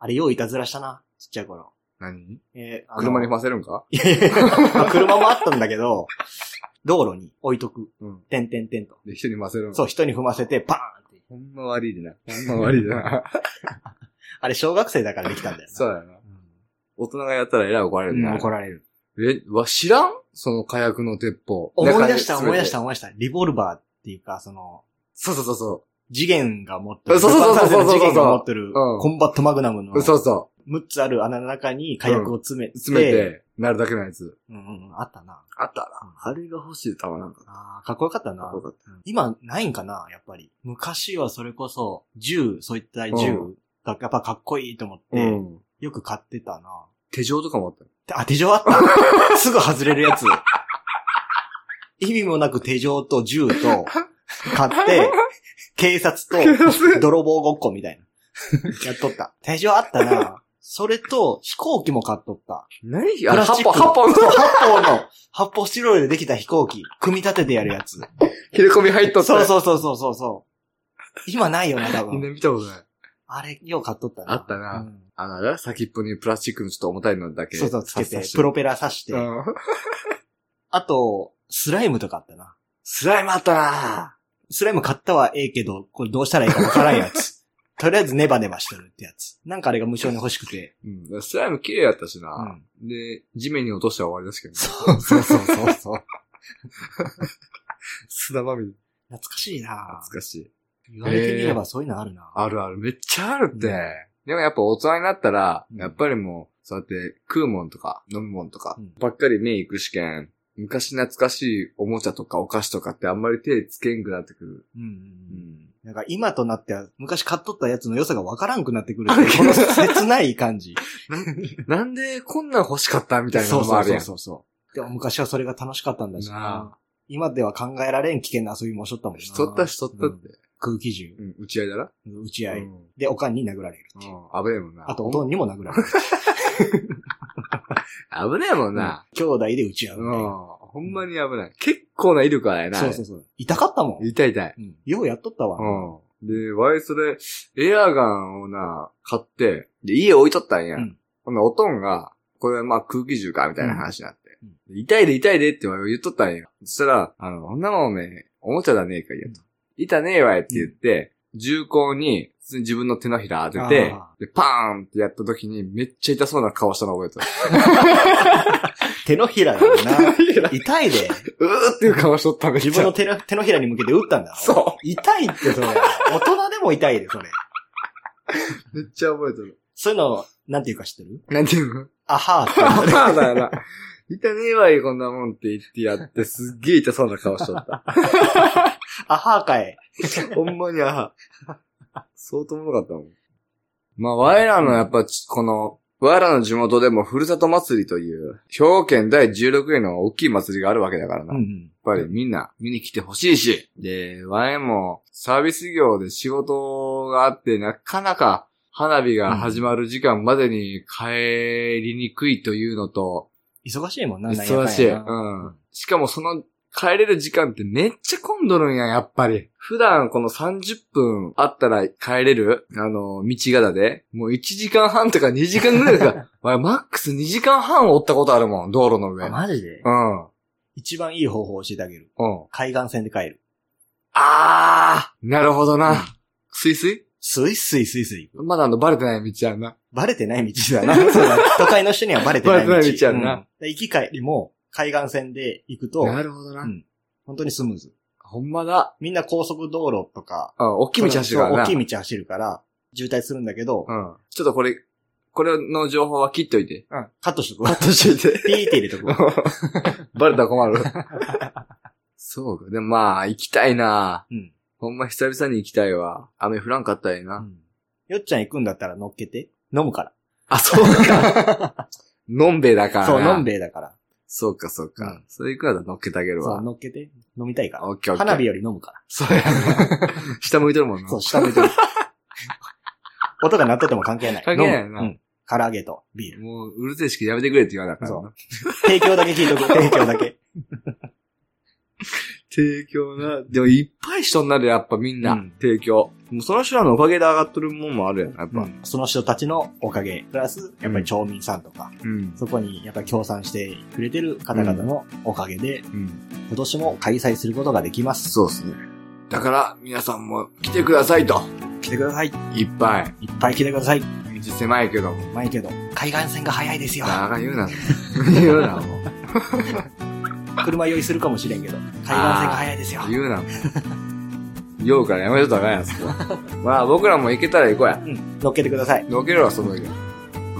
[SPEAKER 2] あれ、よういたずらしたな。ちっちゃい頃。
[SPEAKER 1] 何
[SPEAKER 2] えー、あの
[SPEAKER 1] 車に踏ませるんか
[SPEAKER 2] いやいやいやまあ車もあったんだけど、道路に置いとく。
[SPEAKER 1] うん。
[SPEAKER 2] てんてんてんと。
[SPEAKER 1] で、人に踏ませるん。
[SPEAKER 2] そうう、人に踏ませて、パーンって。
[SPEAKER 1] ほんま悪いでな。ほんま悪いで な。
[SPEAKER 2] あれ、小学生だからできたんだよな。
[SPEAKER 1] そう
[SPEAKER 2] う。
[SPEAKER 1] だよな。大人がやったらえらい怒られる
[SPEAKER 2] ん、
[SPEAKER 1] な。
[SPEAKER 2] 怒られる。
[SPEAKER 1] え、わ、知らんその火薬の鉄砲。
[SPEAKER 2] 思い出した、
[SPEAKER 1] 中に
[SPEAKER 2] 思い出した、。思い出した。リボルバーっていうか、その、
[SPEAKER 1] そうそうそうそ
[SPEAKER 2] 次元が持ってる。
[SPEAKER 1] そうそうそうそうそうそう
[SPEAKER 2] ルパン三世の次元が持ってる、
[SPEAKER 1] うん
[SPEAKER 2] コンバットマグナムの、
[SPEAKER 1] う。そうそ
[SPEAKER 2] 6つある穴の中に火薬を詰めて、
[SPEAKER 1] う。詰めて、なるだけのやつ。
[SPEAKER 2] うんうんうん、あったな。
[SPEAKER 1] あったな。あれが欲しいたまらんかっ
[SPEAKER 2] あーかっこよかったな。
[SPEAKER 1] かっこよかった
[SPEAKER 2] 今、ないんかなやっぱり。昔はそれこそ、銃、そういった銃
[SPEAKER 1] う
[SPEAKER 2] がやっぱかっこいいと思って、
[SPEAKER 1] た。ん。
[SPEAKER 2] よく買ってたな。
[SPEAKER 1] 手錠とかもあったよ。
[SPEAKER 2] あ、手錠あった すぐ外れるやつ。意味もなく手錠と銃と、買って、 警察と、泥棒ごっこみたいな。やっとった。手錠あったな。それと、飛行機も買っとった。
[SPEAKER 1] 何
[SPEAKER 2] プ
[SPEAKER 1] あれ、
[SPEAKER 2] ラスチ
[SPEAKER 1] 発
[SPEAKER 2] ッ
[SPEAKER 1] 泡、
[SPEAKER 2] ク
[SPEAKER 1] 発泡、
[SPEAKER 2] そう発泡の、発泡スチロールでできた飛行機、組み立ててやるやつ。
[SPEAKER 1] 切れ込み入っとった。
[SPEAKER 2] そうそうそうそうそうそう。今ないよね、多
[SPEAKER 1] みんな
[SPEAKER 2] 分。
[SPEAKER 1] 見たことない。
[SPEAKER 2] あれ、よう買っとったな。
[SPEAKER 1] あったな
[SPEAKER 2] うん
[SPEAKER 1] あの、あれは先っぽにプラスチックのちょっと重たいのだけ。
[SPEAKER 2] そうそう、つけ
[SPEAKER 1] さ
[SPEAKER 2] て
[SPEAKER 1] さし、
[SPEAKER 2] プロペラ刺して
[SPEAKER 1] う。ん。
[SPEAKER 2] あと、スライムとかあったな。
[SPEAKER 1] スライムあったな
[SPEAKER 2] スライム買ったはええけど、これどうしたらいいかわからんやつ。 とりあえずネバネバしてるってやつ。なんかあれが無償に欲しくて。
[SPEAKER 1] うん。スライム綺麗やったし
[SPEAKER 2] う
[SPEAKER 1] な、
[SPEAKER 2] ん。
[SPEAKER 1] で、地面に落としたら終わりですけどね。
[SPEAKER 2] そうそうそうそうそう。
[SPEAKER 1] 砂まみれ。
[SPEAKER 2] 懐かしいな
[SPEAKER 1] 懐かしい。
[SPEAKER 2] 言われてみればそういうのあるな、
[SPEAKER 1] あるある。めっちゃあるって。
[SPEAKER 2] うん
[SPEAKER 1] でもやっぱ大人になったら、
[SPEAKER 2] うん
[SPEAKER 1] やっぱりもう、そうやって食うもんとか飲むもんとか、
[SPEAKER 2] うん
[SPEAKER 1] ばっかり目行く試験、昔懐かしいおもちゃとかお菓子とかってあんまり手つけんくなってくる。
[SPEAKER 2] うんう
[SPEAKER 1] う
[SPEAKER 2] んうん。
[SPEAKER 1] ん。
[SPEAKER 2] なんか今となっては、昔買っとったやつの良さがわからんくなってくるっていう。この切ない感じ。
[SPEAKER 1] なんでこんなん欲しかったみたいな
[SPEAKER 2] そ
[SPEAKER 1] の
[SPEAKER 2] う
[SPEAKER 1] も
[SPEAKER 2] そ
[SPEAKER 1] あ
[SPEAKER 2] う
[SPEAKER 1] るや
[SPEAKER 2] そ
[SPEAKER 1] ん。
[SPEAKER 2] うそうそう。でも昔はそれが楽しかったんだし
[SPEAKER 1] な
[SPEAKER 2] な。今では考えられん危険な遊びもしとったもんな。
[SPEAKER 1] しとったしとったって。
[SPEAKER 2] 空気銃
[SPEAKER 1] う、ん、打ち合いだな。
[SPEAKER 2] 打ち合
[SPEAKER 1] う
[SPEAKER 2] い。
[SPEAKER 1] ん。
[SPEAKER 2] で、おかんに殴られるっていう。
[SPEAKER 1] うん危ねえもんな。
[SPEAKER 2] あと、おとんにも殴られる。
[SPEAKER 1] 危ねえもんな。
[SPEAKER 2] 兄弟で打ち合う
[SPEAKER 1] う
[SPEAKER 2] ってい
[SPEAKER 1] ん
[SPEAKER 2] う。。
[SPEAKER 1] ほんまに危ない。結構な威力あるやな。
[SPEAKER 2] そうそうそう。痛かったもん。
[SPEAKER 1] 痛い痛い。
[SPEAKER 2] うんようやっとったわ。
[SPEAKER 1] うん。で、ワイそれ、エアガンをな、買って、で、家置いとったんや。
[SPEAKER 2] うん
[SPEAKER 1] ほんなおとんが、これまあ空気銃か、みたいな話になって。
[SPEAKER 2] うん
[SPEAKER 1] 痛いで痛いでって言っとったんや。そしたら、あの、こんなもんね、おもちゃだねえか、言うと。痛ねえわいって言って、銃口に、普通に自分の手のひら当てて
[SPEAKER 2] あ、
[SPEAKER 1] で、パーンってやった時に、めっちゃ痛そうな顔したの覚えてる。
[SPEAKER 2] 手のひら だな。
[SPEAKER 1] 手のひら
[SPEAKER 2] 痛いで。
[SPEAKER 1] うーっていう顔しとったん
[SPEAKER 2] 自分の手の手のひらに向けて打ったんだ。
[SPEAKER 1] そ
[SPEAKER 2] 痛いってそれ。大人でも痛いで、それ。
[SPEAKER 1] う。めっちゃ覚えてる。
[SPEAKER 2] そういうの、なんていうか知ってる
[SPEAKER 1] なんていうの
[SPEAKER 2] あは ーって
[SPEAKER 1] あ、そうだよな。 痛ねえわよ、こんなもんって言ってやって、すっげえ痛そうな顔しと った。
[SPEAKER 2] あはーかい。
[SPEAKER 1] ほんまにあ、相当もろかったもん。まあ、我らのやっぱち、この、我らの地元でもふるさと祭りという、兵庫県第16位の大きい祭りがあるわけだからな。
[SPEAKER 2] うんう
[SPEAKER 1] やっ
[SPEAKER 2] ん。
[SPEAKER 1] ぱりみんな見に来てほしいし。で、我もサービス業で仕事があって、なかなか花火が始まる時間までに帰りにくいというのと、
[SPEAKER 2] 忙しいもんな、
[SPEAKER 1] 忙しい。
[SPEAKER 2] なんやかんや
[SPEAKER 1] う。
[SPEAKER 2] なん
[SPEAKER 1] しかもその、帰れる時間ってめっちゃ混んどるんや、やっぱり。普段この30分あったら帰れる、あの、道がだで、もう1時間半とか2時間ぐらい か。おいマックス2時間半おったことあるもん、道路の上。
[SPEAKER 2] あ、
[SPEAKER 1] うん。
[SPEAKER 2] マジで
[SPEAKER 1] うん。
[SPEAKER 2] 一番いい方法を教えてあげる。海岸線で帰る。
[SPEAKER 1] あー、なるほど
[SPEAKER 2] うん
[SPEAKER 1] な。スイスイ
[SPEAKER 2] スイスイスイスイ。
[SPEAKER 1] まだあの、バレてない道やんな。
[SPEAKER 2] バレてない道 だな。そうだ都会の人にはバレてない道。
[SPEAKER 1] バレてない道やんな
[SPEAKER 2] うんで行き帰りも海岸線で行くと、
[SPEAKER 1] なるほどな。
[SPEAKER 2] うん本当にスムーズ。
[SPEAKER 1] ほんまだ。
[SPEAKER 2] みんな高速道路とか、
[SPEAKER 1] うん、大きい道走るからな。
[SPEAKER 2] そう大きい道走るから、渋滞するんだけど、
[SPEAKER 1] うん。ちょっとこれ、これの情報は切っといて。
[SPEAKER 2] うんカットしとく
[SPEAKER 1] カ
[SPEAKER 2] わ。
[SPEAKER 1] ットしといて。
[SPEAKER 2] ピーって入れとくわ。
[SPEAKER 1] バレたら困る。そうか。でもまあ、行きたいな。
[SPEAKER 2] うん。
[SPEAKER 1] ほんま久々に行きたいわ。雨降らんかったらええな。
[SPEAKER 2] よっちゃん行くんだったら乗っけて。飲むから。
[SPEAKER 1] あ、そうか。 のんべえだからな。
[SPEAKER 2] そう、飲ん
[SPEAKER 1] え。
[SPEAKER 2] べえだから。
[SPEAKER 1] そうか、そうか。
[SPEAKER 2] うん
[SPEAKER 1] それいくらだったら乗っけてあげる
[SPEAKER 2] そう、
[SPEAKER 1] わ。
[SPEAKER 2] 乗っけて。飲みたいから。
[SPEAKER 1] オッケーオッケー。
[SPEAKER 2] 花火。より飲むから。
[SPEAKER 1] そうや な。下向いとるもんな。
[SPEAKER 2] そう、下向い てる。音が鳴ってても関係ない。
[SPEAKER 1] 関係ないよな
[SPEAKER 2] 飲むうん。唐揚げとビール。
[SPEAKER 1] もう、うるせえ式やめてくれって言わなあかったな。
[SPEAKER 2] 提供だけ聞いと く。提供だけ。
[SPEAKER 1] 提供な。でも、いっぱい人になる、やっぱみんな。
[SPEAKER 2] うん
[SPEAKER 1] 提供。もうその人らのおかげで上がっとるもんもあるやん、やっぱ。
[SPEAKER 2] うんその人たちのおかげ。プラス、やっぱり町民さんとか、
[SPEAKER 1] うん。
[SPEAKER 2] そこにやっぱり協賛してくれてる方々のおかげで、
[SPEAKER 1] うん。
[SPEAKER 2] 今年も開催することができます。
[SPEAKER 1] そうですね。だから、皆さんも来てくださいと。
[SPEAKER 2] 来てください。いっ
[SPEAKER 1] いっぱい。
[SPEAKER 2] ぱい来てください。
[SPEAKER 1] 道狭いけども。
[SPEAKER 2] うまいけど、海岸線が早いですよ。
[SPEAKER 1] ああ、 言うな。言うな、もう。
[SPEAKER 2] 車用意するかもしれんけど、海岸線が早いですよ。
[SPEAKER 1] 言うな、もう。酔うからやめとったらあかんやん、そこは。まあ、僕らも行けたら行こうや。
[SPEAKER 2] うん、乗っけてください。
[SPEAKER 1] 乗けるわ、その時は。ま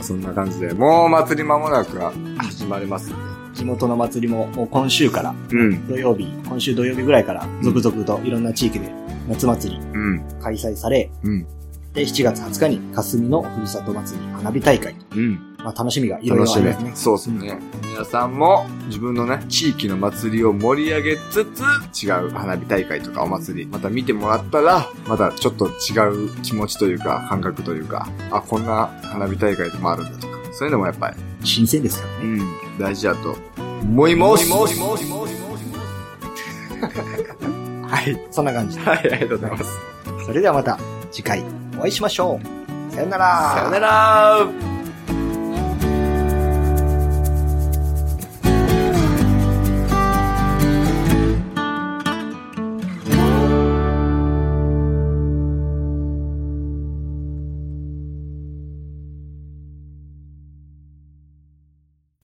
[SPEAKER 1] あそんな感じで、もう祭り間もなくが始まりますん
[SPEAKER 2] 地元の祭りももう今週から、
[SPEAKER 1] で。うん、
[SPEAKER 2] 土曜日、今週土曜日ぐらいから、続々といろんな地域で夏祭り
[SPEAKER 1] うん、
[SPEAKER 2] 開催され、
[SPEAKER 1] うん、
[SPEAKER 2] で、7月20日に霞のふるさと祭り花火大会と
[SPEAKER 1] うん。
[SPEAKER 2] まあ、楽しみがいろい
[SPEAKER 1] 楽
[SPEAKER 2] ろあ
[SPEAKER 1] し
[SPEAKER 2] り
[SPEAKER 1] み
[SPEAKER 2] ますね。
[SPEAKER 1] そうですね。皆さんも自分のね、地域の祭りを盛り上げつつ、違う花火大会とかお祭り、また見てもらったら、またちょっと違う気持ちというか、感覚というか、あ、こんな花火大会でもあるんだとか、そういうのもやっぱり、
[SPEAKER 2] 新鮮ですよね。
[SPEAKER 1] うん、大事だと思います。
[SPEAKER 2] はい。そんな感じで。
[SPEAKER 1] はい、ありがとうございます。
[SPEAKER 2] それではまた次回お会いしましょう。さよなら。
[SPEAKER 1] さよなら